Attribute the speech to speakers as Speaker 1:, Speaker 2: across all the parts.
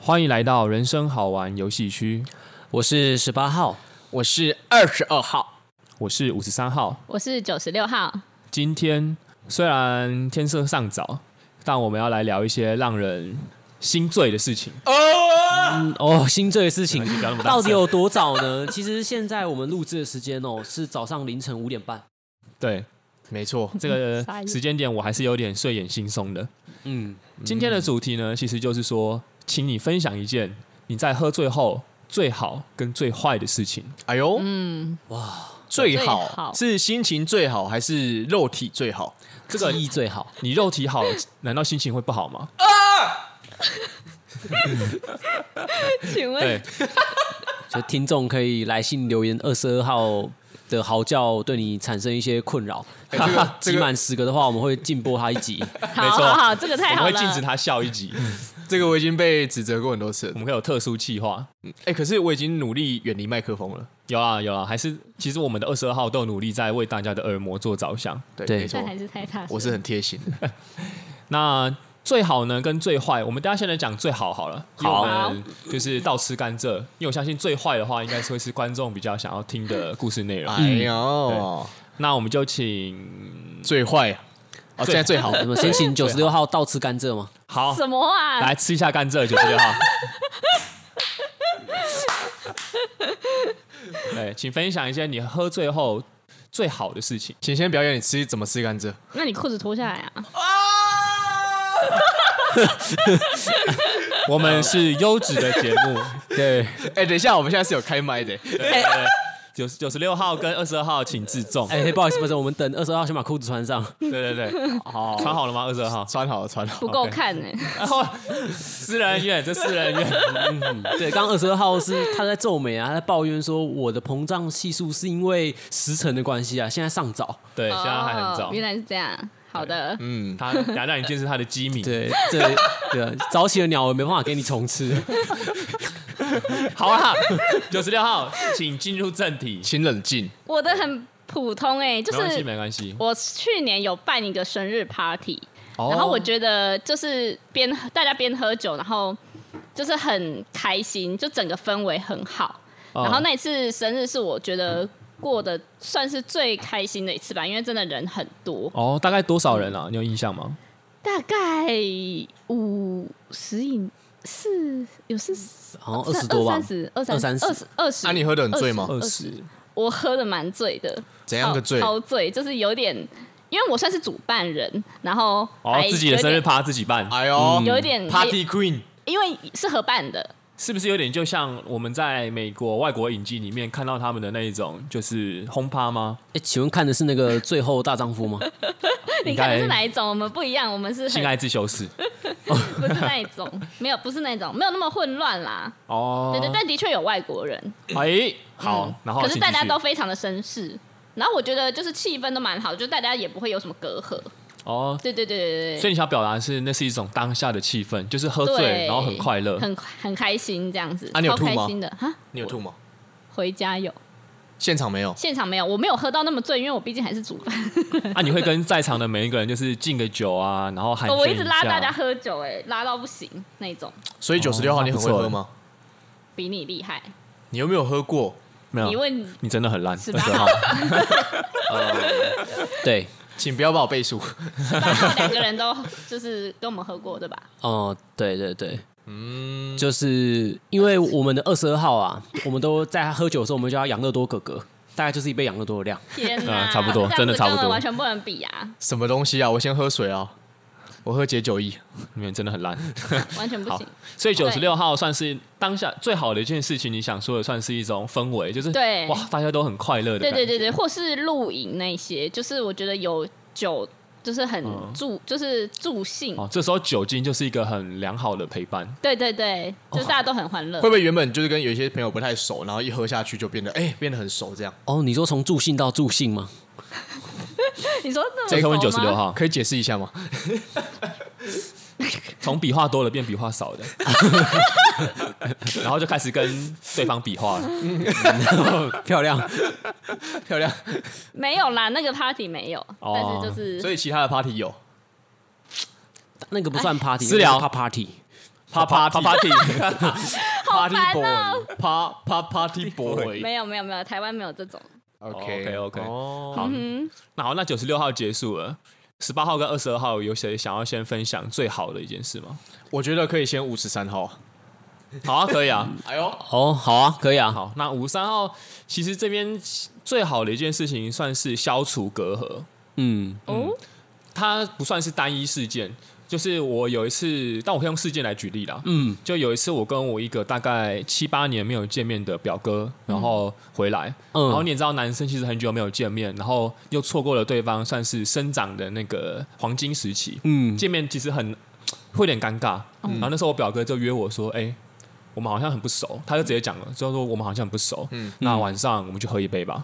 Speaker 1: 欢迎来到人生好玩游戏区，
Speaker 2: 我是十八号，
Speaker 3: 我是二十二号，
Speaker 1: 我是五十三号。
Speaker 4: 我是九十六号，
Speaker 1: 今天虽然天色尚早，但我们要来聊一些让人心醉的事情。
Speaker 4: 哦
Speaker 2: 嗯哦，新醉的事
Speaker 3: 哎
Speaker 2: 情
Speaker 1: 不要那么大声
Speaker 2: 到底有多早呢？其实现在我们录制的时间哦是早上凌晨五点半，
Speaker 1: 对
Speaker 3: 没错，
Speaker 1: 这个
Speaker 4: 傻眼
Speaker 1: 时间点，我还是有点睡眼惺忪的。
Speaker 2: 嗯，
Speaker 1: 今天的主题呢，其实就是说，请你分享一件你在喝醉后最好跟最坏的事情。
Speaker 3: 哎呦，
Speaker 4: 嗯，
Speaker 3: 最
Speaker 4: 最
Speaker 3: 好
Speaker 4: 好
Speaker 3: 是心情最好还是肉体最好？
Speaker 2: 这个意最好，
Speaker 1: 你肉体好，难道心情会不好吗？
Speaker 4: 请
Speaker 1: 对
Speaker 4: 问，
Speaker 2: 就听众可以来信留言二十二号。的嚎叫对你产生一些困扰，
Speaker 3: 哎这 个这
Speaker 2: 集
Speaker 3: 个
Speaker 2: 满十个的话，我们会禁播他一 集。
Speaker 4: 好
Speaker 1: 没错
Speaker 4: 好好，这个太
Speaker 1: 我
Speaker 4: 好
Speaker 1: 们会
Speaker 4: 了，
Speaker 1: 禁止他笑一集，
Speaker 3: 这个我已经被指责过很多次
Speaker 1: 我
Speaker 3: 了。
Speaker 1: 们会有特殊计划。
Speaker 3: 哎，可是我已经努力远离麦克风了。
Speaker 1: 有啊有啊，还是其实我们的二十二号都有努力在为大家的耳膜做着想。
Speaker 3: 对，
Speaker 2: 对
Speaker 3: 没错
Speaker 4: 这，还是太大声，
Speaker 3: 我是很贴心的。
Speaker 1: 那最好呢跟最坏，我们大家先来讲最好好了。
Speaker 2: 好
Speaker 1: 因为我们就是倒吃甘蔗，因为我相信最坏的话应该是会是观众比较想要听的故事内容。
Speaker 3: 哎呦，
Speaker 1: 那我们就请
Speaker 3: 最坏啊！哦，现在最 好，
Speaker 2: 我们先请九十六号倒吃甘蔗吗？
Speaker 1: 好
Speaker 4: 什么啊？
Speaker 1: 来吃一下甘蔗九十六号。对，请分享一些你喝醉后最好的事情。
Speaker 3: 请先表演你吃怎么吃甘蔗。
Speaker 4: 那你裤子脱下来啊？
Speaker 1: 哦我们是优质的节目，
Speaker 3: 对，哎，等一下，我们现在是有开麦的。
Speaker 1: 九九十六号跟二十二号请自重。
Speaker 2: 哎、不好意思，不好意思，我们等二十二号先把裤子穿 上。
Speaker 1: 对对对，好，穿好了吗？二十二 号。
Speaker 3: 穿好了，穿好
Speaker 4: 不
Speaker 3: 了。
Speaker 4: 够看呢，
Speaker 1: 私人恩怨，这私人恩怨。
Speaker 2: 对，刚二十二号是他在皱眉啊，他在抱怨说我的膨胀系数是因为时辰的关系啊，现在上早。
Speaker 1: 对，现在还很早
Speaker 4: 哦。原来是这样，好的，
Speaker 3: 嗯，
Speaker 1: 他等下让你见识他的机敏。
Speaker 2: 对，这对啊早起的鸟儿没办法给你虫吃。
Speaker 1: 好啦，九十六号，请进入正题。
Speaker 3: 请冷静。
Speaker 4: 我的很普通哎，就
Speaker 1: 没关系，
Speaker 4: 是
Speaker 1: 没关系。
Speaker 4: 我去年有办一个生日 party，
Speaker 1: 哦
Speaker 4: 然后我觉得就是边大家边喝酒，然后就是很开心，就整个氛围很好。
Speaker 1: 哦
Speaker 4: 然后那一次生日是我觉得过得算是最开心的一次吧，因为真的人很多，
Speaker 1: 哦，大概多少人啊？你有印象吗？
Speaker 4: 大概五十以四有四十
Speaker 2: 好像20多吧
Speaker 4: 三十二
Speaker 2: 二三
Speaker 4: 三
Speaker 2: 十
Speaker 4: 二十二十。
Speaker 1: 啊
Speaker 3: 那啊你喝得很醉吗？
Speaker 1: 二
Speaker 4: 二
Speaker 1: 十
Speaker 4: 十。我喝的蛮醉的，哦
Speaker 3: 怎样个醉？
Speaker 4: 超超醉，就是有点，因为我算是主办人，然后
Speaker 1: 哦
Speaker 4: 还，
Speaker 1: 自己的生日
Speaker 4: 哎有点哎
Speaker 1: 趴自己办，
Speaker 3: 哎呦，
Speaker 4: 有点
Speaker 3: Party Queen。
Speaker 4: 因为是合办的，
Speaker 1: 是不是有点就像我们在美国外国影集里面看到他们的那一种，就是轰趴吗？
Speaker 2: 哎、请问看的是那个《最后大丈夫》吗？
Speaker 4: 你看的是哪一种？我们不一样，我们是
Speaker 1: 性
Speaker 4: 很
Speaker 1: 爱自修室
Speaker 4: 不是那一种，没有不是那一种，没有那么混乱啦。
Speaker 1: 哦，
Speaker 4: 对对，但的确有外国人，
Speaker 1: 哎，好，然后
Speaker 4: 嗯可是
Speaker 1: 请
Speaker 4: 大家
Speaker 1: 继续
Speaker 4: 都非常的绅士。然后我觉得就是气氛都蛮好的，就大家也不会有什么隔阂。
Speaker 1: 哦，
Speaker 4: 对对对对对
Speaker 1: 所
Speaker 4: 对，
Speaker 1: 以你想表达的是那是一种当下的气氛，就是喝醉
Speaker 4: 对
Speaker 1: 然后很快 乐，
Speaker 4: 很很开心这样子，
Speaker 3: 啊你有
Speaker 4: 超
Speaker 3: 吐吗
Speaker 4: 开心的哈。
Speaker 3: 你有吐吗？
Speaker 4: 回家有，
Speaker 3: 现场没有。
Speaker 4: 现场没有，我没有喝到那么醉，因为我毕竟还是主办，
Speaker 1: 啊，你会跟在场的每一个人就是敬个酒啊，然后喊
Speaker 4: 我一直拉大家
Speaker 1: 啊
Speaker 4: 喝酒、哎，拉到不行那种，
Speaker 3: 所以九十六号你很会喝吗？
Speaker 4: 比你 厉害。
Speaker 3: 你有没有喝过？
Speaker 1: 没
Speaker 4: 你
Speaker 1: 有，
Speaker 4: 问
Speaker 1: 你真的很烂，
Speaker 4: 十
Speaker 1: 二
Speaker 4: 八
Speaker 1: 十
Speaker 4: 号
Speaker 1: 号，
Speaker 2: 对，
Speaker 3: 请不要帮我背书。
Speaker 4: 十八号两个人都 就是跟我们喝过，对吧？
Speaker 2: 哦、对对对，嗯，就是因为我们的二十二号啊，我们都在他喝酒的时候，我们叫他养乐多哥哥，大概就是一杯养乐多的量。
Speaker 4: 天哪，
Speaker 1: 嗯差不多
Speaker 4: 这样子
Speaker 1: 真的差不多
Speaker 4: 根本完全不能比啊，
Speaker 3: 什么东西啊？我先喝水啊，我喝解酒液。
Speaker 1: 你们真的很烂。
Speaker 4: 完全不
Speaker 1: 好
Speaker 4: 行。
Speaker 1: 所以九
Speaker 4: 对
Speaker 1: 十六号算是当下最好的一件事情，你想说的算是一种氛围，就是
Speaker 4: 对
Speaker 1: 哇，大家都很快乐的，
Speaker 4: 对对对，对，或是露营那些，就是我觉得有酒就是很助，就是助兴。
Speaker 1: 嗯哦，这时候酒精就是一个很良好的陪伴，
Speaker 4: 对对对，
Speaker 1: 哦
Speaker 4: 就是大家都很欢乐
Speaker 3: 会。不会原本就是跟有一些朋友不太熟，然后一喝下去就变得哎、变得很熟这样？
Speaker 2: 哦，你说从助兴到助兴吗？
Speaker 4: 你说这么
Speaker 1: 这可以问
Speaker 4: 熟
Speaker 1: 九十
Speaker 4: 吗
Speaker 1: 六号，
Speaker 3: 啊可以解释一下吗？
Speaker 1: 从笔画多的变笔画 少的， 然后就开始跟对方比划 了。
Speaker 2: 漂亮，
Speaker 3: 漂 亮。
Speaker 4: 没有啦，那个 party 没有，
Speaker 1: 哦
Speaker 4: 但是就是
Speaker 3: 所以其他的 party 有
Speaker 2: 那个不算 party，
Speaker 1: 哎私聊
Speaker 2: 怕 party。
Speaker 1: 啪啪啪啪
Speaker 3: Party
Speaker 1: 地，
Speaker 3: Party
Speaker 4: 烦哦
Speaker 3: Boy，啪 啪 Party Boy。
Speaker 4: 没有没有没有，台湾没有这种。
Speaker 1: OK OK，
Speaker 3: 哦，
Speaker 1: 好，
Speaker 2: 嗯
Speaker 1: 那好，那九十六号结束了，十八号跟二十二号有谁想要先分享最好的一件事吗？
Speaker 3: 我觉得可以先五十三号。
Speaker 1: 好 啊，可以啊。
Speaker 3: 哎呦，
Speaker 2: 哦，好啊，可以啊，
Speaker 1: 好，那五三号其实这边最好的一件事情算是消除隔阂，
Speaker 2: 嗯，
Speaker 4: 哦，
Speaker 1: 它不算是单一事件。就是我有一次，但我可以用事件来举例啦。嗯，就有一次我跟我一个大概七八年没有见面的表哥，然后回来，
Speaker 2: 嗯
Speaker 1: 然后你也知道，男生其实很久没有见面，然后又错过了对方算是生长的那个黄金时期。嗯，见面其实很会有点尴尬。然后那时候我表哥就约我说：“哎、我们好像很不熟。”他就直接讲了，就说我们好像很不熟。嗯，那晚上我们去喝一杯吧。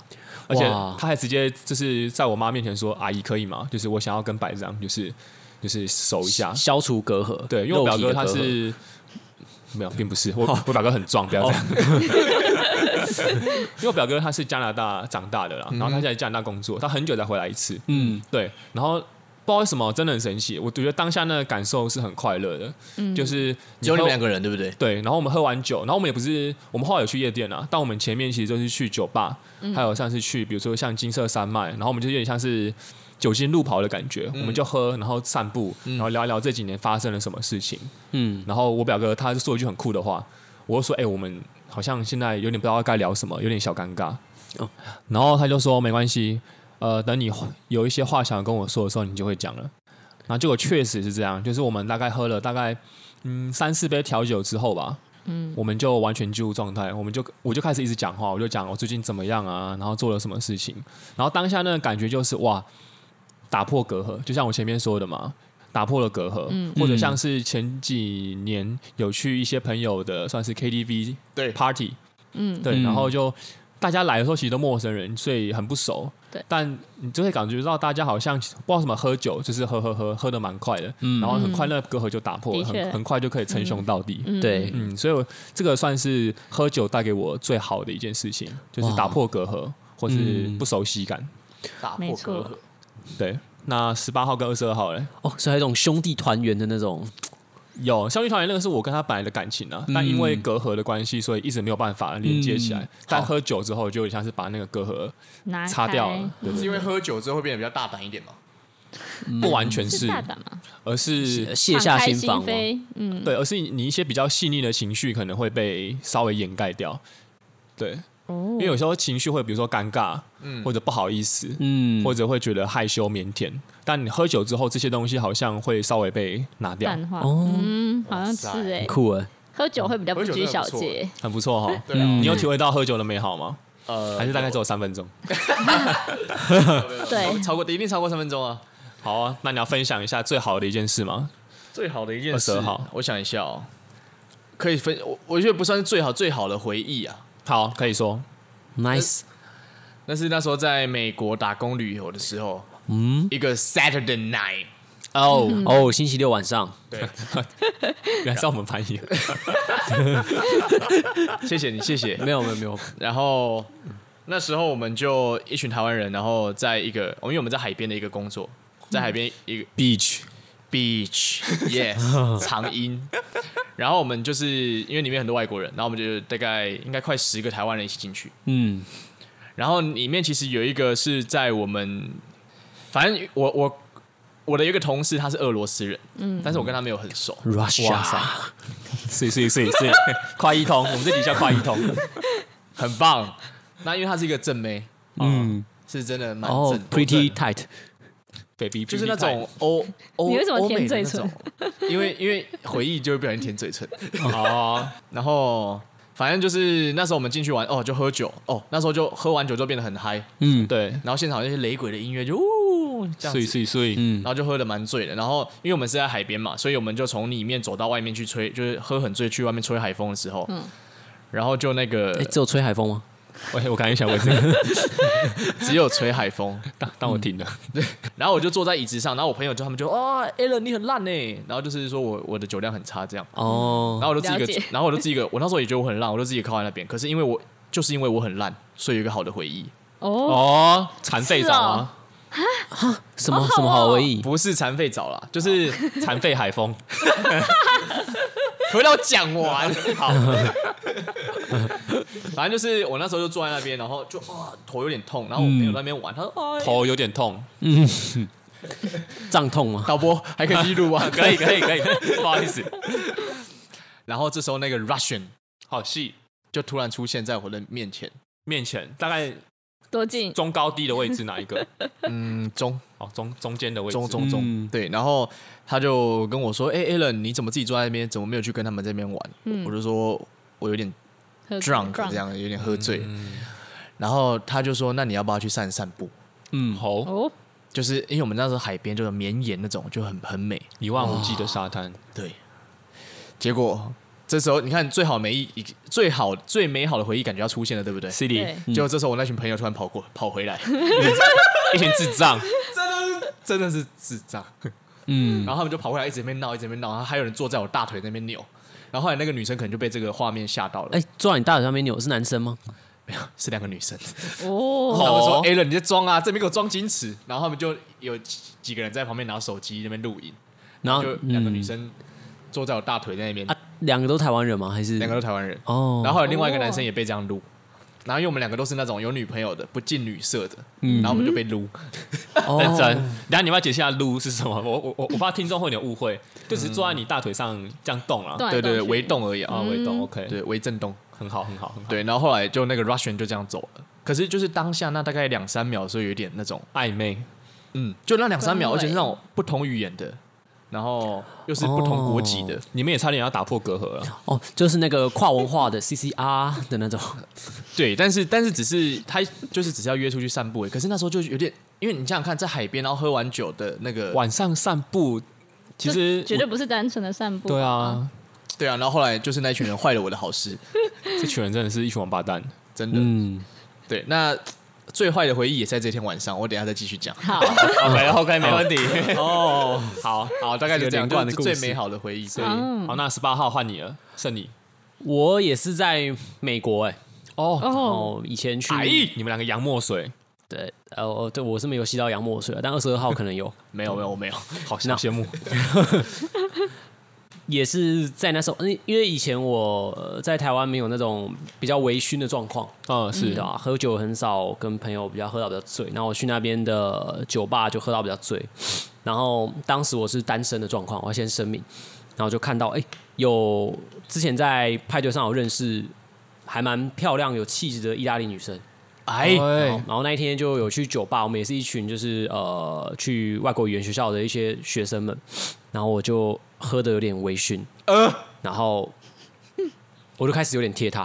Speaker 1: 而且
Speaker 2: 哇
Speaker 1: 他还直接就是在我妈面前说：“阿姨可以吗？就是我想要跟白张，就是就是熟一下。
Speaker 2: 消除隔阂”，
Speaker 1: 对，因为我表哥
Speaker 2: 肉体的
Speaker 1: 他
Speaker 2: 隔阂
Speaker 1: 是没有，并不是我我表哥很壮，不要这 样。因为我表哥他是加拿大长大的啦，然后他现在加拿大工作，他很久才回来一次。
Speaker 2: 嗯
Speaker 1: 对，然后不知道为什么真的很神奇，我觉得当下那个感受是很快乐的，就是
Speaker 3: 只有你
Speaker 1: 喝
Speaker 3: 们两个人对不对？
Speaker 1: 对，然后我们喝完酒，然后我们也不是，我们后来有去夜店啊，但我们前面其实就是去酒吧，还有像是去，比如说像金色山脉，然后我们就有点像是酒精路跑的感觉，我们就喝，然后散步，然后聊一聊这几年发生了什么事情。
Speaker 2: 嗯，
Speaker 1: 然后我表哥他就说一句很酷的话，我就说：“哎、我们好像现在有点不知道该聊什么，有点小尴尬。”
Speaker 2: 哦
Speaker 1: 然后他就说：“没关系，呃，等你有一些话想跟我说的时候，你就会讲了。”然后结果确实是这样，就是我们大概喝了大概嗯三四杯调酒之后吧。嗯，我们就完全进入状态，我们就我就开始一直讲话，我就讲我最近怎么样啊，然后做了什么事情，然后当下那个感觉就是哇，打破隔阂，就像我前面说的嘛，打破了隔阂，或者像是前几年有去一些朋友的算是 KTV
Speaker 3: 对
Speaker 1: party，嗯，对，
Speaker 2: 嗯
Speaker 1: 然后就大家来的时候其实都陌生人，所以很不熟，
Speaker 4: 对
Speaker 1: 但你就会感觉到大家好像不知道怎么喝酒，就是喝喝喝喝的蛮快的，
Speaker 2: 嗯
Speaker 1: 然后很快那个隔阂就打破了，
Speaker 4: 的确
Speaker 1: 很很快就可以称兄道弟，嗯
Speaker 2: 对，
Speaker 1: 所以我这个算是喝酒带给我最好的一件事情，就是
Speaker 2: 哇
Speaker 1: 打破隔阂或是
Speaker 2: 嗯
Speaker 1: 不熟悉感，
Speaker 3: 打
Speaker 4: 没
Speaker 3: 破
Speaker 4: 错
Speaker 3: 隔阂。
Speaker 1: 对。那十八号跟二十二号嘞，
Speaker 2: 哦，所以还有一种兄弟团圆的那种，
Speaker 1: 有校园团圆那个是我跟他本来的感情啊，但因为隔阂的关系，所以一直没有办法连接起来。
Speaker 2: 嗯
Speaker 1: 但
Speaker 2: 好
Speaker 1: 喝酒之后，就有点像是把那个隔阂
Speaker 4: 拿
Speaker 1: 擦掉
Speaker 4: 开
Speaker 1: 了，对
Speaker 3: 是
Speaker 1: 对
Speaker 3: 因为喝酒之后会变得比较大胆一点嘛？嗯
Speaker 1: 不完全
Speaker 4: 是
Speaker 1: 是，
Speaker 4: 大胆吗？
Speaker 1: 而是
Speaker 2: 卸下
Speaker 4: 敞开
Speaker 2: 心
Speaker 4: 心
Speaker 2: 房哦吗？
Speaker 4: 扉，嗯，
Speaker 1: 对，而是你一些比较细腻的情绪可能会被稍微掩盖掉。对，
Speaker 4: 哦
Speaker 1: 因为有时候情绪会，比如说尴尬，或者不好意思，
Speaker 2: 嗯，
Speaker 1: 或者会觉得害羞腼腆。但你喝酒之后，这些东西好像会稍微被拿掉，
Speaker 4: 淡化，
Speaker 2: 哦
Speaker 4: 嗯，好像是
Speaker 3: 哇塞
Speaker 4: 哎，
Speaker 2: 酷哎，
Speaker 4: 喝酒会比较不
Speaker 3: 喝酒
Speaker 4: 拘
Speaker 3: 真的
Speaker 4: 小
Speaker 3: 不错欸
Speaker 4: 节，
Speaker 1: 很不错 哈。
Speaker 3: 对啊，
Speaker 1: 你有体会到喝酒的美好吗？
Speaker 3: 呃
Speaker 1: 还是大概只有三分钟？
Speaker 4: 对，
Speaker 3: 超过一定超过三分钟啊。
Speaker 1: 好啊，那你要分享一下最好的一件事吗？
Speaker 3: 最好的一件
Speaker 1: 22号
Speaker 3: 我想一下哦，可以分我我觉得不算是最好最好的回忆啊，
Speaker 1: 好，可以说。
Speaker 2: ，nice，
Speaker 3: 那是那时候在美国打工旅游的时候，嗯，一个 Saturday night，
Speaker 2: 哦
Speaker 3: 嗯
Speaker 2: 哦，星期六晚上，
Speaker 3: 对，
Speaker 1: 原来是我们翻译。
Speaker 3: 谢谢你，谢谢。
Speaker 2: 没有没有没有，
Speaker 3: 然后那时候我们就一群台湾人，然后在一个，因为我们在海边的一个工作，在海边一个 beach beach，yes，长音。然后我们就是因为里面很多外国人，然后我们就大概应该快十个台湾人一起进去。
Speaker 2: 嗯
Speaker 3: 然后里面其实有一个是在我们，反正我我我的一个同事他是俄罗斯人，嗯，但是我跟他没有很熟，
Speaker 1: 哇
Speaker 2: ，Russia，
Speaker 1: 塞！是是是是，快一通，我们这底叫快一 通。
Speaker 3: 很棒。那因为他是一个正妹，哦
Speaker 2: 嗯，
Speaker 3: 是真的蛮正
Speaker 2: 哦
Speaker 3: 多正
Speaker 2: ，pretty
Speaker 3: 的
Speaker 2: tight，
Speaker 1: Baby，
Speaker 3: 就是那种欧欧
Speaker 4: 你为什么
Speaker 3: 欧美
Speaker 4: 舔
Speaker 3: 的
Speaker 4: 嘴
Speaker 3: 那
Speaker 4: 唇
Speaker 3: 种，因为因为回忆就会不小心舔嘴 唇。
Speaker 1: 哦，
Speaker 3: 然后反正就是那时候我们进去玩哦，就喝酒哦，那时候就喝完酒就变得很嗨，
Speaker 2: 嗯
Speaker 1: 对，
Speaker 3: 然后现场那些雷鬼的音乐就呜这样
Speaker 1: 所以
Speaker 3: 子。嗯
Speaker 1: 所以所以，
Speaker 3: 然后就喝的蛮醉的，然后因为我们是在海边嘛，所以我们就从里面走到外面去吹，就是喝很醉去外面吹海风的时候，然后就那个
Speaker 2: 哎，只有吹海风吗？
Speaker 1: 我我刚才想问这个，
Speaker 3: 只有吹海风，
Speaker 1: 但但我停了。
Speaker 3: 然后我就坐在椅子上，然后我朋友就他们就哦 a l a n 你很烂呢，然后就是说我我的酒量很差这样，然
Speaker 2: 哦，
Speaker 3: 后我就自己一
Speaker 4: 了解
Speaker 3: 个，然后我就自己一个，我那时候也觉得我很烂，我就自己靠在那边。可是因为我就是因为我很烂，所以有一个好的回忆，
Speaker 4: 哦，
Speaker 1: 哦，残废澡
Speaker 4: 是哦
Speaker 1: 啊，
Speaker 2: 什么什么好回忆？
Speaker 1: 哦
Speaker 3: 不是残废澡啦，就是
Speaker 1: 残废海风。
Speaker 3: 可不可以让我讲完？好，反正就是我那时候就坐在那边，然后就啊头有点痛，然后我朋友在那边玩，他
Speaker 1: 嗯
Speaker 3: 说啊
Speaker 1: 头有点痛，
Speaker 2: 胀痛吗？
Speaker 3: 导播还可以记录啊，
Speaker 1: 可以可以可以，不好意思，
Speaker 3: 然后这时候那个 Russian
Speaker 1: 好戏
Speaker 3: 就突然出现在我的面前，
Speaker 1: 面前大概
Speaker 4: 多近？
Speaker 1: 中高低的位置哪一个？
Speaker 3: 嗯，中
Speaker 1: 哦，中中间的位置，
Speaker 3: 中中中，
Speaker 2: 嗯
Speaker 3: 对，然后他就跟我说：“哎、a l a n 你怎么自己坐在那边？怎么没有去跟他们这边玩？”
Speaker 4: 嗯
Speaker 3: 我就说：“我有点
Speaker 4: 喝
Speaker 3: drunk，这样有点喝醉。然后他就说：“那你要不要去散散步
Speaker 1: 嗯，猴
Speaker 4: 哦，？”
Speaker 3: 就是因为我们那时候海边就是绵延那种，就很很美。
Speaker 1: 一望无际的沙滩，
Speaker 3: 对，结果这时候你看最好没意，最好最美好的回忆感觉要出现了，对不对？
Speaker 1: c
Speaker 4: 对
Speaker 1: d，
Speaker 3: 结果这时候我那群朋友突然跑过跑回来，
Speaker 1: 一群智障，
Speaker 3: 真的是智障。
Speaker 2: 嗯，
Speaker 3: 然后他们就跑过来，一直在那边闹，一直在那边闹，然后还有人坐在我大腿那边扭。然后后来那个女生可能就被这个画面吓到了，哎、
Speaker 2: 哎，坐在你大腿上面扭是男生吗？
Speaker 3: 是两个女生，
Speaker 4: 哦，
Speaker 3: 然后我说 a l 你在装啊，这边给我装矜持。”然后他们就有几几个人在旁边拿手机那边录影，
Speaker 2: 然后
Speaker 3: 就两个女
Speaker 2: 嗯
Speaker 3: 生坐在我大腿在那边，
Speaker 2: 啊，两个都台湾人吗？还是
Speaker 3: 两个都台湾人。
Speaker 2: 哦，
Speaker 3: 然后还有另外一个
Speaker 4: 哦
Speaker 3: 男生也被这样录。然后因为我们两个都是那种有女朋友的，不近女色的，然后我们就被撸。
Speaker 1: 认
Speaker 2: 哦
Speaker 1: 真。等一下你要不要解释一下撸是什么？我我我我怕听众会有点误会，就只是坐在你大腿上这样动啊，
Speaker 4: 动嗯来
Speaker 3: 对对对，
Speaker 4: 动去
Speaker 3: 微动而已啊，
Speaker 1: 啊，我也懂，OK，
Speaker 3: 对，微震动。
Speaker 1: 很好很好很好，
Speaker 3: 对，然后后来就那个 Russian 就这样走了。可是就是当下那大概两三秒的时候，有一点那种
Speaker 1: 暧昧，
Speaker 3: 嗯，就那两三秒，
Speaker 4: 氛围
Speaker 3: 而且是那种不同语言的，然后又是不同
Speaker 1: 哦
Speaker 3: 国籍的，
Speaker 1: 你们也差点要打破隔阂了，
Speaker 2: 哦，就是那个跨文化的 CCR 的那种，
Speaker 3: 对，但是但是只是他就是只是要约出去散步而已，可是那时候就有点，因为你想想看，在海边然后喝完酒的那 个，
Speaker 1: 晚上散步，其实
Speaker 4: 这绝对不是单纯的散步。
Speaker 1: 对，啊，
Speaker 3: 对啊，然后后来就是那群人坏了我的好事，
Speaker 1: 这群人真的是一群王八 蛋，
Speaker 3: 真的，
Speaker 2: 嗯，
Speaker 3: 对，那最坏的回忆也在这天晚上，我等一下再继续讲。
Speaker 4: 好，
Speaker 1: OK OK 没问题，
Speaker 3: 哦，好好，大概就这样，
Speaker 1: 这个连贯的
Speaker 3: 就是
Speaker 1: 故事
Speaker 3: 最美好的回忆，所以
Speaker 4: 嗯
Speaker 1: 好，那十八号换你了，剩你
Speaker 2: 我也是在美国哎、
Speaker 1: 哦，
Speaker 4: 哦，
Speaker 2: 哦，以前去
Speaker 1: 哎，你们两个洋墨水，
Speaker 2: 对，呃，我对我是没有吸到洋墨水啊，但二十二号可能有，
Speaker 3: 没有没有我没有，
Speaker 1: 好好
Speaker 2: 那
Speaker 1: 羡慕，
Speaker 2: 也是在那时候，因因为以前我呃在台湾没有那种比较微醺的状况，
Speaker 1: 嗯，是
Speaker 2: 对吧、喝酒很少，跟朋友比较喝到比较醉，然后我去那边的呃酒吧就喝到比较醉，然后当时我是单身的状况，我要先声明，然后就看到哎、有之前在派对上有认识还蛮漂亮有气质的意大利女生。
Speaker 3: 哎，
Speaker 2: 然哦后然后那一天就有去酒吧，我们也是一群就是呃去外国语言学校的一些学生们，然后我就喝的有点微醺，
Speaker 3: 呃，
Speaker 2: 然后我就开始有点贴他，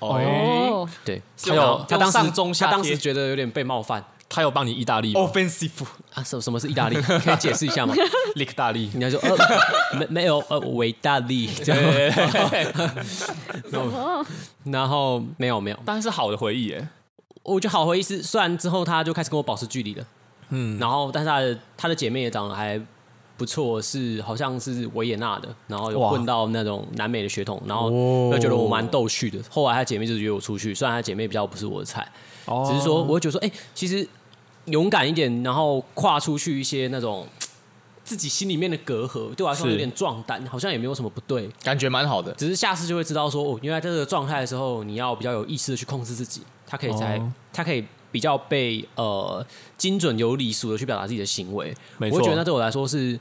Speaker 3: 哎
Speaker 4: 哦，
Speaker 2: 对，
Speaker 3: 他有
Speaker 2: 他当时
Speaker 3: 用上中下
Speaker 2: 他当
Speaker 3: 贴
Speaker 2: 时觉得有点被冒犯
Speaker 1: 他有帮你意大利吗
Speaker 3: ，offensive，
Speaker 2: 啊，什什么是意 大利？可以解释一下吗？
Speaker 1: 利克大利，
Speaker 2: 人家说呃没没有呃维大利这 样，然后没有没有，
Speaker 1: 但是好的回忆耶，
Speaker 2: 我就好回忆是，虽然之后他就开始跟我保持距离了，嗯，然后但是他的他的姐妹也长得还不错，是好像是维也纳的，然后有
Speaker 1: 哇
Speaker 2: 混到那种南美的血统，然后又觉得我蛮逗趣的。后来他姐妹就是约我出去，虽然他姐妹比较不是我的菜，只是说我会觉得说，哎、其实勇敢一点，然后跨出去一些那种。自己心里面的隔阂，对我来说
Speaker 1: 是
Speaker 2: 有点壮胆，好像也没有什么不对，
Speaker 3: 感觉蛮好的，
Speaker 2: 只是下次就会知道说，哦，原来在这个状态的时候，你要比较有意识的去控制自己，他可以才，
Speaker 1: 哦
Speaker 2: 他可以比较被呃精准有礼俗的去表达自己的行为。
Speaker 1: 没
Speaker 2: 我
Speaker 1: 错
Speaker 2: 会觉，得那对我来说是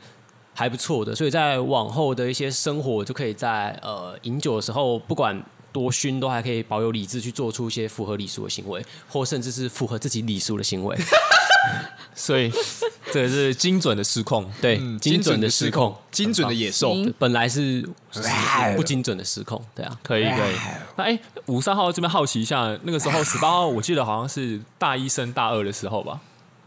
Speaker 2: 还不错的，所以在往后的一些生活，就可以在呃饮酒的时候，不管多熏，都还可以保有理智去做出一些符合礼俗的行为，或甚至是符合自己礼俗的行为。
Speaker 1: 所以这也是精准的失控，
Speaker 2: 对，
Speaker 3: 嗯
Speaker 2: 精准的失
Speaker 3: 失
Speaker 2: 控
Speaker 3: 控，，精准的野兽，
Speaker 4: 行
Speaker 2: 本来 是不精准的失控，对啊。
Speaker 1: 可以可以。那哎，五三号这边好奇一下，那个时候十八号，我记得好像是大一升大二的时候吧，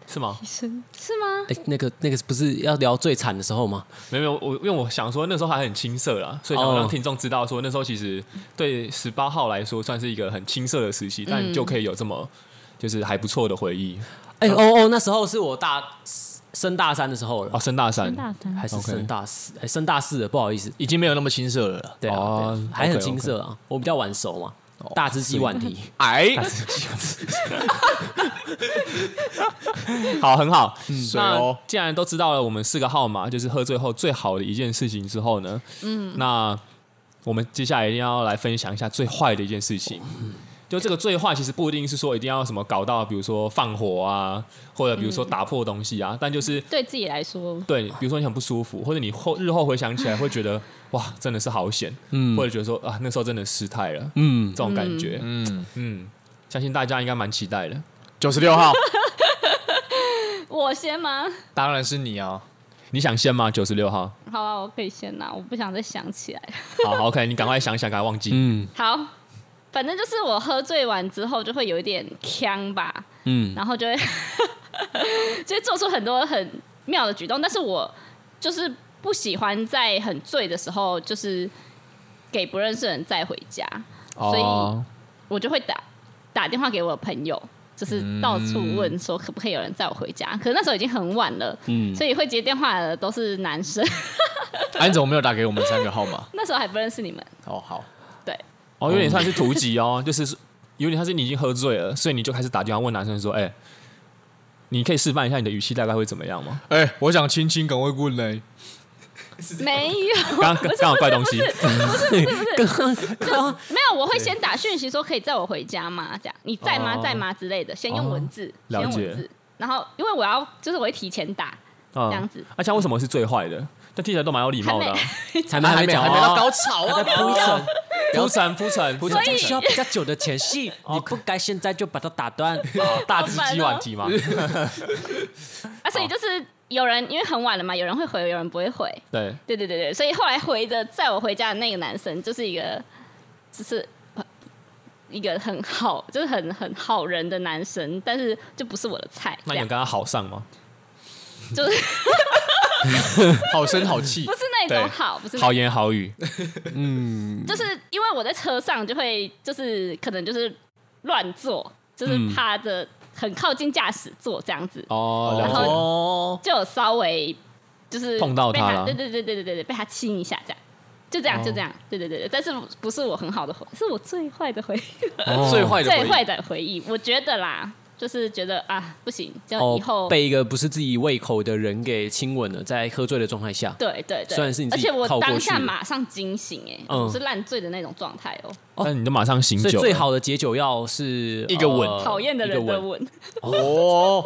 Speaker 1: 是吗？
Speaker 4: 是是吗？
Speaker 2: 哎，那个那个不是要聊最惨的时候吗？
Speaker 1: 没有没有，我因为我想说那时候还很青涩啦，所以想
Speaker 2: 哦
Speaker 1: 让听众知道说那时候其实对十八号来说算是一个很青涩的时期，但就可以有这么就是还不错的回忆
Speaker 2: 哎、哦哦，那时候是我大升大三的时候了，
Speaker 1: 哦。升大三
Speaker 4: 大三
Speaker 2: 还是
Speaker 1: OK
Speaker 2: 升大四？哎、升大四了，不好意思，
Speaker 3: 已经没有那么青涩了啦。
Speaker 2: 对啊，
Speaker 1: 哦
Speaker 2: 对啊还很
Speaker 1: OK，OK
Speaker 2: 青涩啊我比较晚熟嘛，大只鸡晚提，
Speaker 3: 哎，
Speaker 1: 好，很好。
Speaker 3: 水
Speaker 1: 那
Speaker 3: 哦，
Speaker 1: 既然都知道了我们四个号码，就是喝醉后最好的一件事情之后呢，嗯，那我们接下来一定要来分享一下最坏的一件事情。就这个最坏，其实不一定是说一定要什么搞到，比如说放火啊，或者比如说打破东西啊，但就是
Speaker 4: 对自己来说，
Speaker 1: 对，比如说你很不舒服，或者你后日后回想起来会觉得哇，真的是好险，
Speaker 2: 嗯
Speaker 1: 或者觉得说啊，那时候真的失态了，
Speaker 2: 嗯
Speaker 1: 这，种感觉，嗯
Speaker 3: 嗯，
Speaker 1: 相信大家应该蛮期待的。
Speaker 3: 九十六号
Speaker 4: 我先吗？
Speaker 3: 当然是你啊，
Speaker 1: 你想先吗？九十六号，
Speaker 4: 好啊，我可以先拿，我不想再想起来。
Speaker 1: 好好，OK，你赶快想想，赶快忘记。
Speaker 2: 嗯
Speaker 4: 好，反正就是我喝醉完之后就会有一点呛吧，
Speaker 2: 嗯，
Speaker 4: 然后就会 就会做出很多很妙的举动，但是我就是不喜欢在很醉的时候就是给不认识的人载回家，所以
Speaker 1: 哦，
Speaker 4: 我就会打打电话给我的朋友。就是到处问说可不可以有人载我回家，可是那时候已经很晚了，
Speaker 2: 嗯
Speaker 4: 所以会接电话的都是男生，
Speaker 3: 安总没有打给我们三个号码。
Speaker 4: 那时候还不认识你们，
Speaker 3: 哦，好，
Speaker 4: 对，
Speaker 1: 哦，有点算是突击哦，就是有点像是你已经喝醉了，所以你就开始打电话问男生说：“哎、你可以示范一下你的语气大概会怎么样吗
Speaker 3: 哎、我想亲亲，赶快过来。
Speaker 4: 没有，？”
Speaker 1: 刚刚刚好怪东西，
Speaker 4: 没有，我会先打讯息说可以载我回家吗？这样你在吗？
Speaker 1: 哦
Speaker 4: 在吗？之类的，先用文字，
Speaker 1: 哦
Speaker 4: 先用
Speaker 1: 了
Speaker 4: 文
Speaker 1: 解
Speaker 4: 字。然后因为我要就是我会提前打，
Speaker 1: 这
Speaker 4: 样子
Speaker 1: 而且嗯为什么是最坏的？但听起来都蛮哦有礼貌的啊、
Speaker 2: 还没还没讲哦
Speaker 3: 还没
Speaker 2: 到
Speaker 3: 到高潮啊！
Speaker 1: 铺
Speaker 2: 铺陈，
Speaker 1: 陈铺陈铺
Speaker 2: 不
Speaker 1: 陈，
Speaker 2: 是需要比较久的前戏，你不该现在就把它打断。哦
Speaker 1: 大只鸡晚提嘛。
Speaker 4: 啊，
Speaker 1: 哦
Speaker 4: 所以就是有人因为很晚了嘛，有人会回，有人不会回。
Speaker 1: 对，
Speaker 4: 对对对对，所以后来回的载我回家的那个男生就是一个，就是呃一个很好，就是很很好人的男生，但是就不是我的菜，
Speaker 1: 那
Speaker 4: 这
Speaker 1: 你有
Speaker 4: 样
Speaker 1: 跟他好上吗？
Speaker 4: 就是
Speaker 3: 好声好气
Speaker 4: 不，是那种
Speaker 1: 对
Speaker 4: 好，不是那
Speaker 1: 好言好语，
Speaker 4: 就是因为我在车上就会就是可能就是乱坐，就是趴着很靠近驾驶座这样子，
Speaker 1: 哦，
Speaker 3: 了
Speaker 1: 然
Speaker 4: 解
Speaker 1: 后
Speaker 2: 哦，
Speaker 4: 就有稍微就是
Speaker 1: 碰到
Speaker 4: 被
Speaker 1: 他
Speaker 4: 他
Speaker 1: 了
Speaker 4: 对对对对对对对，被他亲一下这样。就这样，就这样，对对对对，但是不是我很好的回，是我最坏的回忆，
Speaker 3: 最坏的回
Speaker 4: 最
Speaker 3: 忆
Speaker 4: 坏的回忆，我觉得啦，就是觉得啊，不行，这样以后，
Speaker 2: 哦，被一个不是自己胃口的人给亲吻了，在喝醉的状态下，
Speaker 4: 对对对，
Speaker 2: 虽然是你自
Speaker 4: 而
Speaker 2: 己
Speaker 4: 且我
Speaker 2: 靠过
Speaker 4: 当
Speaker 2: 去
Speaker 4: 下
Speaker 2: 了
Speaker 4: 马上惊醒、欸，哎、
Speaker 2: 嗯
Speaker 4: 我是烂醉的那种状态哦，
Speaker 1: 但你就马上醒
Speaker 2: 所以
Speaker 1: 酒，
Speaker 2: 最好的解酒药是
Speaker 3: 一个吻
Speaker 4: 讨厌的人的，
Speaker 2: 呃
Speaker 4: 吻，
Speaker 3: 哦。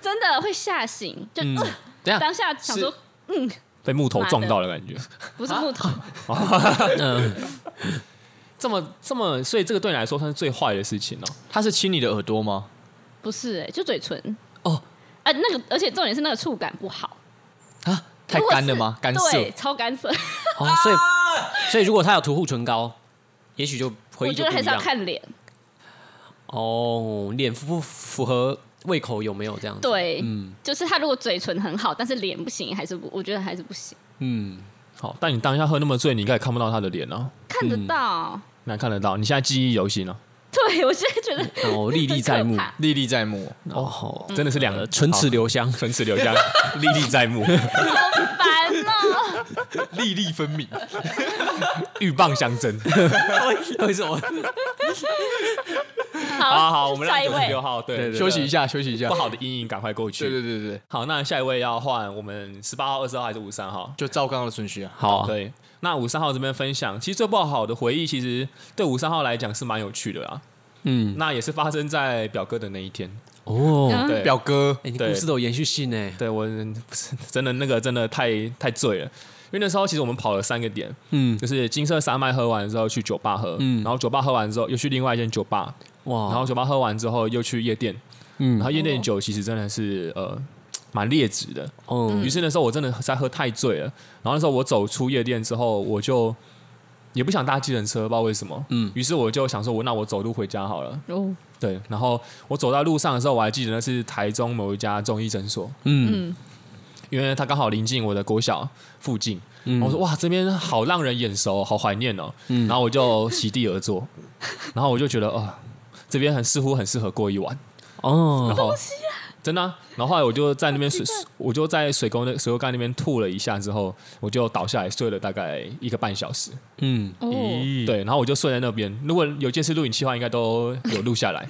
Speaker 4: 真的会吓醒，就、呃
Speaker 3: 等一下
Speaker 4: 当下想说
Speaker 3: 是
Speaker 1: 被木头撞到的感觉。
Speaker 4: 不是木头，
Speaker 2: 一个吻嗯，
Speaker 1: 这么这么，所以这个对你来说算是最坏的事情哦。
Speaker 3: 他是亲你的耳朵吗？
Speaker 4: 不是哎、就嘴唇
Speaker 2: 哦，
Speaker 4: 啊，那个，而且重点是那个触感不好，
Speaker 3: 啊，太
Speaker 4: 如果
Speaker 3: 干了
Speaker 4: 是
Speaker 3: 吗？干
Speaker 4: 对，
Speaker 3: 涩？
Speaker 4: 超干涩，
Speaker 2: 哦，所以
Speaker 1: 啊
Speaker 2: 所以如果他有涂护唇膏，也许就回
Speaker 4: 我
Speaker 2: 忆
Speaker 4: 觉
Speaker 2: 就
Speaker 4: 得
Speaker 2: 不
Speaker 4: 还
Speaker 2: 一
Speaker 4: 是要
Speaker 2: 样。
Speaker 4: 看脸，
Speaker 2: 哦，脸符不符合胃口有没有这样子？，
Speaker 4: 对，就是他如果嘴唇很好，但是脸不行，还是不，我觉得还是不行，
Speaker 2: 嗯，
Speaker 1: 好，但你当下喝那么醉，你应该也看不到他的脸哦，
Speaker 4: 看得到，
Speaker 1: 那看得到，你现在记忆犹新哦。
Speaker 4: 对我现在觉得
Speaker 2: 哦，历历在目
Speaker 4: 很可，怕
Speaker 3: 历历在目。
Speaker 2: 哦，
Speaker 1: 真的是两个
Speaker 2: 呃唇齿留 香，
Speaker 1: 唇齿留香，历历在目，
Speaker 4: 好烦哦、
Speaker 3: 粒粒分明。
Speaker 1: 鹬蚌相争。
Speaker 2: 为什么？
Speaker 1: 好
Speaker 4: 好
Speaker 1: 好，我们
Speaker 4: 下
Speaker 1: 让
Speaker 4: 一
Speaker 1: 九十六
Speaker 4: 位，
Speaker 1: 号对
Speaker 3: 休息一下，休息一下
Speaker 1: 不。好的阴影赶快过去。
Speaker 3: 对对对对，
Speaker 1: 好，那下一位要换我们十八号、二十号还是五三号？
Speaker 3: 就照刚刚的顺序啊。
Speaker 2: 好啊，
Speaker 1: 对，那五三号这边分享，其实最不好的回忆，其实对五三号来讲是蛮有趣的啦。
Speaker 2: 嗯，
Speaker 1: 那也是发生在表哥的那一天。
Speaker 2: 哦，
Speaker 4: 嗯
Speaker 1: 对，
Speaker 3: 表哥，
Speaker 2: 哎，你
Speaker 1: 对
Speaker 2: 故事都有延续性呢。
Speaker 1: 对我 不是真的那个真的太太醉了，因为那时候其实我们跑了三个点，
Speaker 2: 嗯，
Speaker 1: 就是金色山脉喝完之后去酒吧喝，
Speaker 2: 嗯
Speaker 1: 然后酒吧喝完之后又去另外一间酒吧，
Speaker 2: 哇，
Speaker 1: 然后酒吧喝完之后又去夜店，然
Speaker 2: 嗯，
Speaker 1: 后夜店酒其实真的是呃蛮劣质的，
Speaker 2: 哦，
Speaker 1: 于是那时候我真的实在喝太醉了，然后那时候我走出夜店之后，我就也不想搭计程车，不知道为什么，
Speaker 2: 嗯
Speaker 1: 于是我就想说我那我走路回家好了，
Speaker 4: 哦，
Speaker 1: 对，然后我走在路上的时候，我还记得那是台中某一家中医诊所，
Speaker 2: 嗯
Speaker 4: 嗯，
Speaker 1: 因为它刚好临近我的国小附近，然后我说哇，这边好让人眼熟，好怀念哦。然后我就席地而坐，然后我就觉得哦，这边很似乎很适合过一晚。然
Speaker 2: 哦，
Speaker 1: 后真的啊、然后后来我就在那边水，我就在水沟那水沟盖那边吐了一下之后，我就倒下来睡了大概一个半小时。
Speaker 2: 嗯，
Speaker 4: 哦，
Speaker 1: 对，然后我就睡在那边。如果有件事录影计划，应该都有录下来。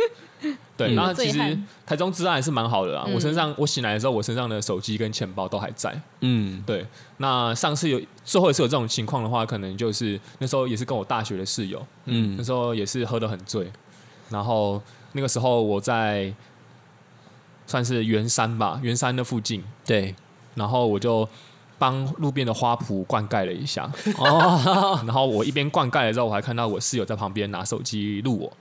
Speaker 1: 对，
Speaker 2: 嗯
Speaker 1: 那其
Speaker 4: 醉
Speaker 1: 实
Speaker 4: 汉
Speaker 1: 台中治安还是蛮好的啦。
Speaker 4: 嗯
Speaker 1: 我身上我醒来的时候，我身上的手机跟钱包都还在。
Speaker 2: 嗯，
Speaker 1: 对，那上次有最后一次有这种情况的话，可能就是那时候也是跟我大学的室友，
Speaker 2: 嗯
Speaker 1: 嗯，那时候也是喝得很醉，然后那个时候我在算是圆山吧，圆山的附近，
Speaker 2: 对，
Speaker 1: 然后我就帮路边的花圃灌溉了一下，
Speaker 2: 哦，
Speaker 1: 然后我一边灌溉了之后，我还看到我室友在旁边拿手机录我，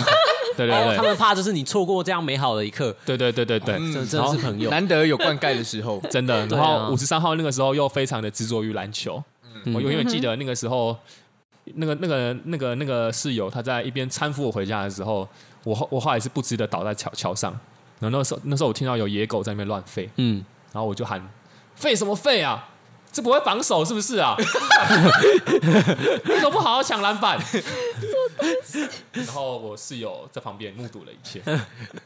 Speaker 1: 对对
Speaker 2: 哦他嗯
Speaker 1: 对。
Speaker 2: 们怕就是你错过这样美好的一刻，
Speaker 1: 对对对对对，
Speaker 2: 这真
Speaker 1: 然
Speaker 2: 的
Speaker 1: 后
Speaker 2: 是朋友，
Speaker 3: 难得有灌溉的时候，
Speaker 1: 真的。
Speaker 2: 对
Speaker 1: 然
Speaker 2: 啊
Speaker 1: 后五十三号那个时候又非常的执着于篮球，
Speaker 2: 嗯
Speaker 1: 我永远记得那个时候，那个那个那个那个室友他在一边搀扶我回家的时候，我后我后来是不知的倒在桥桥上。然后那时候那时候我听到有野狗在那边乱吠，
Speaker 2: 嗯，
Speaker 1: 然后我就喊吠什么吠啊？这不会防守是不是啊？ 为什么不好好抢篮板？ 然后我室友在旁边目睹了一切。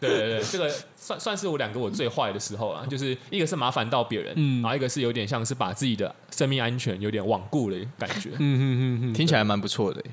Speaker 1: 对对对，这个算算是我两个我最坏的时候啊，就是一个是麻烦到别人，
Speaker 2: 嗯
Speaker 1: 然后一个是有点像是把自己的生命安全有点罔顾的感觉，
Speaker 2: 嗯嗯嗯
Speaker 3: 听起来蛮不错的耶。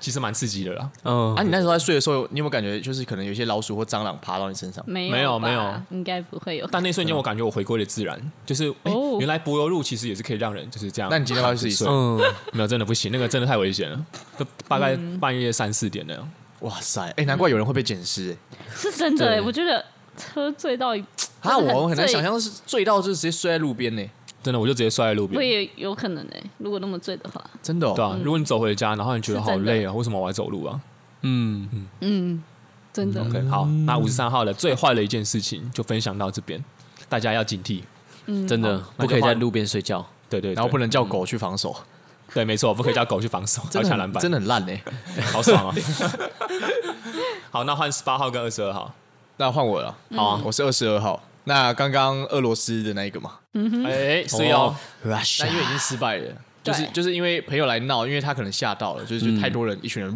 Speaker 1: 其实蛮刺激的啦。
Speaker 2: 嗯
Speaker 3: 啊，你那时候在睡的时候，你有没有感觉就是可能有一些老鼠或蟑螂爬到你身上？
Speaker 4: 没有
Speaker 1: 没有
Speaker 4: 吧
Speaker 1: 没有，
Speaker 4: 应该不会有。
Speaker 1: 但那瞬间我感觉我回归了自然，就是、诶
Speaker 4: 哦
Speaker 1: 原来柏油路其实也是可以让人就是这样。
Speaker 3: 那你今天要去试一试？
Speaker 2: 嗯，
Speaker 1: 没有，真的不行，那个真的太危险了，都大概半夜三四点那样。
Speaker 3: 哇塞，哎，难怪有人会被捡尸哎。
Speaker 4: 是真的欸，
Speaker 1: 对
Speaker 4: 我觉得喝醉到一，
Speaker 3: 啊，
Speaker 4: 真的
Speaker 3: 我很
Speaker 4: 醉
Speaker 3: 难想象是醉到就是直接睡在路边呢，
Speaker 1: 真的，我就直接摔在路
Speaker 4: 我
Speaker 1: 边。
Speaker 4: 也有可能哎，如果那么醉的话，
Speaker 3: 真的
Speaker 1: 对
Speaker 3: 哦。
Speaker 1: 啊，如果你走回家，然后你觉得好累啊，为什么我还走路啊
Speaker 2: 嗯，
Speaker 4: 嗯，真的，
Speaker 1: ？OK，好，那五十三号的最坏的一件事情就分享到这边，大家要警惕。
Speaker 2: 真的不可以在路边睡觉，
Speaker 1: 对对，
Speaker 3: 然后不
Speaker 1: 能
Speaker 3: 能叫狗去防守，
Speaker 1: 对，没错，不可以叫狗去防守，要
Speaker 3: 真的
Speaker 1: 抢
Speaker 3: 很
Speaker 1: 篮板，
Speaker 3: 真的很烂 呢。
Speaker 1: 好爽啊！ 好，那换十八号跟二十二号。
Speaker 3: 那换我了，
Speaker 4: 嗯
Speaker 3: 好啊，我是二十二号。那刚刚俄罗斯的那一个嘛，
Speaker 4: 嗯
Speaker 1: 哎，所以哦，
Speaker 3: 那因为已经失败了，就是
Speaker 4: 对
Speaker 3: 就是因为朋友来闹，因为他可能吓到了，就是
Speaker 1: 嗯
Speaker 3: 就太多人，一群人，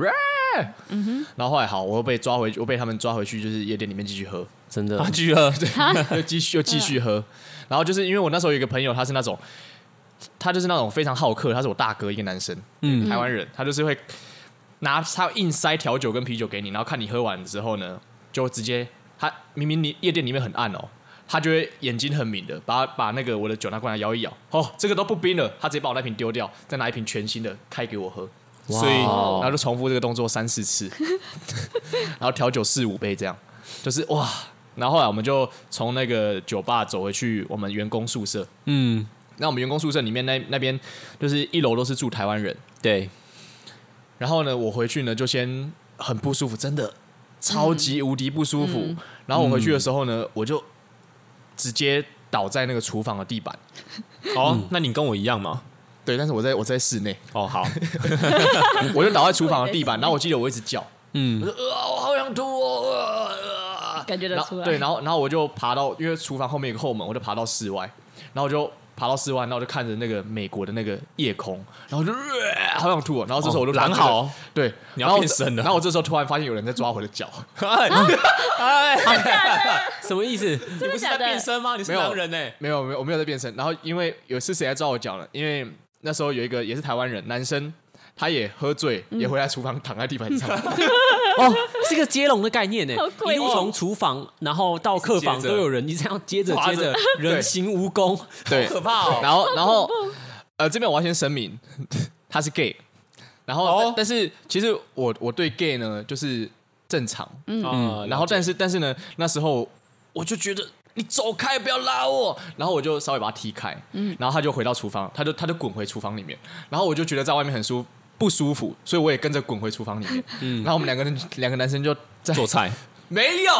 Speaker 4: 嗯
Speaker 3: 然后后来好，我又被抓回，我被他们抓回去，就是夜店里面继续喝，
Speaker 2: 真的
Speaker 1: 啊，继 续喝，
Speaker 3: 又继续又继续喝，然后就是因为我那时候有一个朋友，他是那种，他就是那种非常好客，他是我大哥，一个男生，
Speaker 2: 嗯
Speaker 3: 嗯，台湾人，他就是会拿他硬塞调酒跟啤酒给你，然后看你喝完之后呢，就直接他明明你夜店里面很暗哦。他就会眼睛很明的，把把那个我的酒拿过来摇一摇，哦，这个都不冰了，他直接把我那瓶丢掉，再拿一瓶全新的开给我喝，
Speaker 2: 哇
Speaker 3: 所以然后就重复这个动作三 四次，然后调酒四五杯这样，就是哇。然后后来我们就从那个酒吧走回去我们员工宿舍。
Speaker 2: 嗯，
Speaker 3: 那我们员工宿舍里面那那边就是一楼都是住台湾人。
Speaker 2: 对，
Speaker 3: 然后呢，我回去呢就先很不舒服，真的超级无敌不舒服。
Speaker 4: 嗯
Speaker 3: 然后我回去的时候呢，我就直接倒在那个厨房的地板。
Speaker 4: 嗯
Speaker 1: 哦，那你跟我一样嘛？
Speaker 3: 对，但是我在我在室内，
Speaker 1: 哦，好，
Speaker 3: 嗯我就倒在厨房的 地板。然后我记得我一直叫，
Speaker 2: 嗯
Speaker 3: 我说呃，我好想吐哦，呃呃
Speaker 4: 感觉得
Speaker 3: 然后
Speaker 4: 出来
Speaker 3: 对，然后然后我就爬到，因为厨房后面有个后门，我就爬到室外，然后我就爬到室外，然后我就看着那个美国的那个夜空，然后我就、呃、好想吐哦，然后这时候我就
Speaker 1: 狼好哦，
Speaker 3: 对，
Speaker 1: 你要
Speaker 3: 然后
Speaker 1: 变身了
Speaker 3: 然后我这时候突然发现有人在抓我的脚，
Speaker 2: 什么意思？
Speaker 1: 你不是在
Speaker 4: 真的假的
Speaker 1: 变身吗？你是
Speaker 3: 没有
Speaker 1: 狼人呢？
Speaker 3: 没有没有，我没有在变身。然后因为有是谁在抓我脚呢？因为那时候有一个也是台湾人男生，他也喝醉，也回来厨房躺在地板上，
Speaker 2: 哦，是个接龙的概念呢
Speaker 4: 好，贵
Speaker 2: 一路从厨房，然后到客房
Speaker 1: 接着
Speaker 2: 都有人，你 这样接着
Speaker 1: 抓
Speaker 2: 接
Speaker 1: 着
Speaker 2: 着，人形蜈蚣，
Speaker 3: 对，
Speaker 1: 可怕哦！
Speaker 3: 然后，然后，呃，这边我要先声明， 他是 gay。然后，但但是其实我我对 gay 呢就是正常。
Speaker 1: 嗯
Speaker 3: 然后，但是但是呢，那时候我就觉得你走开，不要拉我。然后我就稍微把他踢开，
Speaker 1: 嗯
Speaker 3: 然后他就回到厨房，他就他就滚回厨房里面。然后我就觉得在外面很舒不舒服，所以我也跟着滚回厨房里面。然后我们两个人两个男生就在
Speaker 1: 嗯做 菜，
Speaker 3: 没有，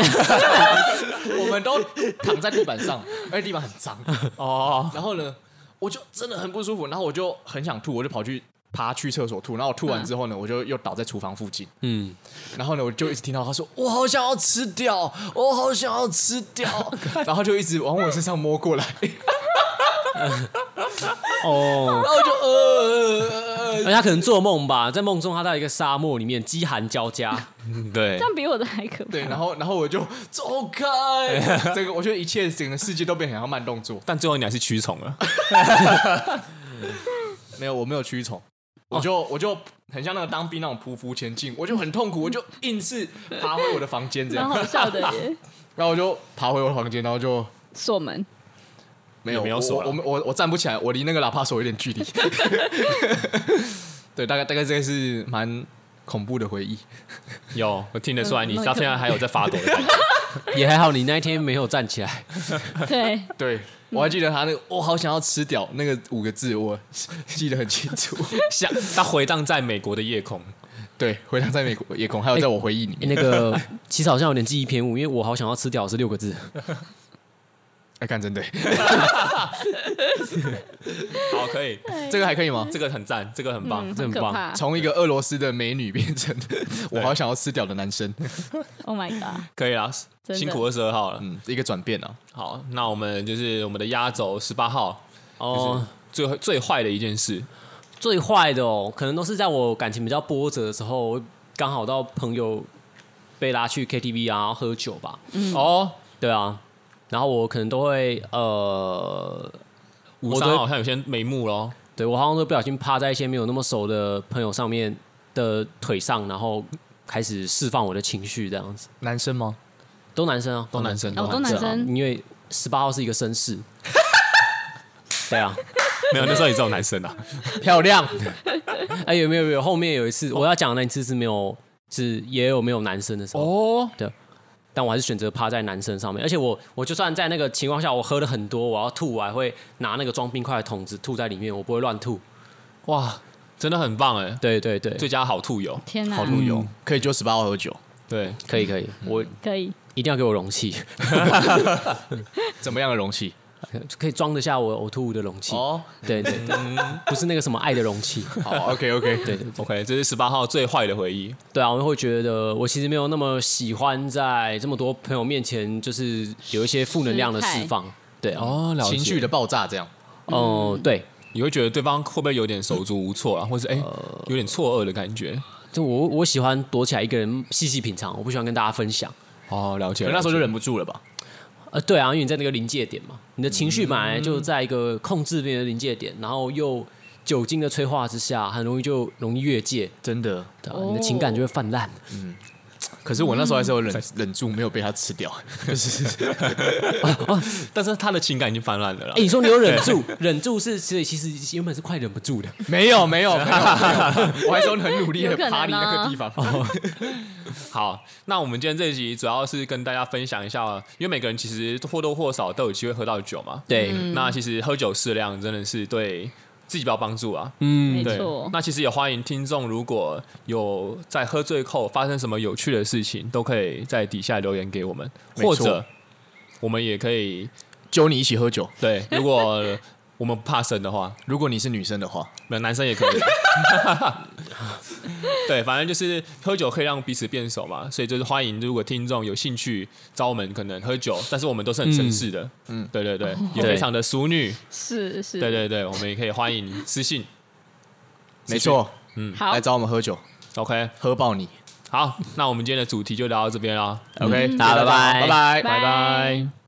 Speaker 3: 我们都躺在地板上，而且地板很脏。
Speaker 1: 哦，
Speaker 3: 然后呢，我就真的很不舒服，然后我就很想吐，我就跑去爬去厕所吐，然后我吐完之后呢，我就又倒在厨房附近，
Speaker 2: 嗯，
Speaker 3: 然后呢，我就一直听到他说：“我好想要吃掉，我好想要吃掉。”然后就一直往我身上摸过来，
Speaker 1: 哦，
Speaker 3: 然后我就呃呃呃呃
Speaker 2: 哎而且他可能做梦吧，在梦中他到一个沙漠里面，饥寒交加，
Speaker 1: 对
Speaker 4: 嗯这，样比我的还可怕。
Speaker 3: 对，然后然后我就走开，这个我觉得一切整个世界都变得很像慢动作，
Speaker 1: 但最后你还是屈从了。
Speaker 3: 没有，我没有驱虫，我
Speaker 4: 哦
Speaker 3: 就我就很像那个当兵那种匍匐前进，我就很痛苦，我就硬是爬回我的房间这
Speaker 4: 蛮
Speaker 3: 样，
Speaker 4: 好 笑的耶，
Speaker 3: 然后我就爬回我的房间，然后就
Speaker 4: 锁门。
Speaker 3: 没有
Speaker 1: 也没有
Speaker 3: 我
Speaker 1: 锁了啊
Speaker 3: 我们我我站不起来，我离那个喇叭锁有点 距离。对，大概大概这个是蛮恐怖的回忆。
Speaker 1: 有，我听得出来，
Speaker 4: 嗯
Speaker 1: 你到现在还有在发抖的感觉。
Speaker 2: 也还好，你那一天没有站起来，
Speaker 4: 对，
Speaker 3: 对，我还记得他那个，我好想要吃掉那个五个字，我 记得很清楚。
Speaker 1: 像它回荡在美国的夜空，
Speaker 3: 对，回荡在美国夜空，还有
Speaker 4: 哎
Speaker 3: 在我回忆里
Speaker 2: 欸
Speaker 3: 面。
Speaker 2: 那个其实好像有点记忆偏误，因为我好想要吃掉是六个 字。
Speaker 3: 哎，看真的，
Speaker 1: 好，可以，
Speaker 3: 这个还可以吗？
Speaker 1: 这个很赞，这个很棒
Speaker 4: 嗯，，
Speaker 2: 这
Speaker 4: 很
Speaker 2: 很
Speaker 4: 可
Speaker 2: 棒
Speaker 4: 怕。
Speaker 3: 从一个俄罗斯的美女变成 我好想要吃掉的男生，
Speaker 4: Oh my god！
Speaker 1: 可以啦，
Speaker 4: 真的
Speaker 1: 辛苦二十二号了。
Speaker 3: 嗯，一个转变啊。
Speaker 1: 好，那我们就是我们的压轴十八号，
Speaker 2: 哦，
Speaker 1: 最最坏的一件事，
Speaker 2: 最坏的哦，可能都是在我感情比较波折的时候，刚好到朋友被拉去 KTV 啊，然后喝酒吧。
Speaker 4: 嗯
Speaker 1: 哦，
Speaker 2: 对啊，然后我可能都会呃，
Speaker 1: 五
Speaker 2: 我
Speaker 1: 三
Speaker 2: 都
Speaker 1: 好像有些眉目喽，
Speaker 2: 对我好像都不小心趴在一些没有那么熟的朋友上面的腿上，然后开始释放我的情绪，这样子。
Speaker 3: 男生吗？
Speaker 2: 都男生啊，
Speaker 1: 都男生，
Speaker 4: 哦都男
Speaker 2: 对啊
Speaker 4: 生
Speaker 2: 因为十八号是一个绅士。对 啊，
Speaker 1: 没有，那时候也只有男生啊。
Speaker 2: 漂亮。哎，有没有有没有？后面有一次，我要讲的那一次是没有，是也有没有男生的时候，
Speaker 1: 哦，
Speaker 2: 但我还是选择趴在男生上面。而且我我就算在那个情况下，我喝了很多，我要吐，我还会拿那个装冰块的桶子吐在里面，我不会乱吐。
Speaker 1: 哇，真的很棒哎，
Speaker 2: 对对对，
Speaker 1: 最佳好兔友，
Speaker 4: 天哪
Speaker 3: 好，路由嗯可以就十八号喝酒，
Speaker 1: 对，
Speaker 2: 可以可以，我
Speaker 4: 可以，
Speaker 2: 一定要给我容器，
Speaker 3: 怎么样的容器？
Speaker 2: 可以装得下我呕吐物的容器。
Speaker 3: 哦，
Speaker 2: 对对，不是那个什么爱的容器。
Speaker 3: 好，OK OK，
Speaker 2: 对对
Speaker 1: OK，这是十八号最坏的回忆。
Speaker 2: 对啊，我会觉得我其实没有那么喜欢在这么多朋友面前，就是有一些负能量的释放。对啊，
Speaker 1: 哦，了
Speaker 3: 情绪的爆炸这样。
Speaker 2: 哦、对，
Speaker 1: 你会觉得对方会不会有点手足无措啊，或是哎、有点错愕的感觉？
Speaker 2: 就我我喜欢躲起来一个人细细品尝，我不喜欢跟大家分享。
Speaker 1: 哦，了解。
Speaker 3: 可能那时候就
Speaker 1: 了解
Speaker 3: 忍不住了吧？
Speaker 2: 呃，对啊，因为你在那个临界点嘛，你的情绪本来就在一个控制别人的临界点，然后又酒精的催化之下，很容易就容易越界，
Speaker 3: 真的。
Speaker 2: 对啊你的情感就会泛滥。
Speaker 3: 可是我那时候还是有忍忍住，没有被他吃掉。
Speaker 1: 但是他的情感已经泛滥了啦
Speaker 2: 哎、。你说你有忍住，忍住是所以其实原本是快忍不住的。
Speaker 3: 没有没有没有，没有 我还是很努力的
Speaker 4: 有可能
Speaker 3: 爬
Speaker 4: 啊
Speaker 3: 离那个地 方。
Speaker 1: 好，那我们今天这一集主要是跟大家分享一下，因为每个人其实或多或少都有机会喝到酒嘛。嗯
Speaker 2: 对，
Speaker 1: 那其实喝酒适量真的是对自己比较帮助啊。
Speaker 4: 没
Speaker 1: 对
Speaker 4: 错，。
Speaker 1: 那其实也欢迎听众，如果有在喝醉后发生什么有趣的事情，都可以在底下留言给我们，
Speaker 3: 没错
Speaker 1: 或者我们也可以
Speaker 3: 揪你一起喝酒，
Speaker 1: 对，如果我们不怕生的话，
Speaker 3: 如果你是女生的话，
Speaker 1: 没有男生也可以。 对，反正就是喝酒可以让彼此变熟嘛，所以就是欢迎，如果听众有兴趣找我们，可能喝酒，但是我们都是很绅士的，嗯，对对对，也非常的淑女，
Speaker 4: 是是，
Speaker 1: 对对对，我们也可以欢迎私信嗯
Speaker 3: 没错，
Speaker 4: 好
Speaker 3: 来，找我们喝酒，
Speaker 1: ，OK，
Speaker 3: 喝爆你。
Speaker 1: 好，那我们今天的主题就聊到这边啦，
Speaker 3: OK，
Speaker 2: 大家拜拜
Speaker 3: 嗯拜拜。
Speaker 1: 拜拜。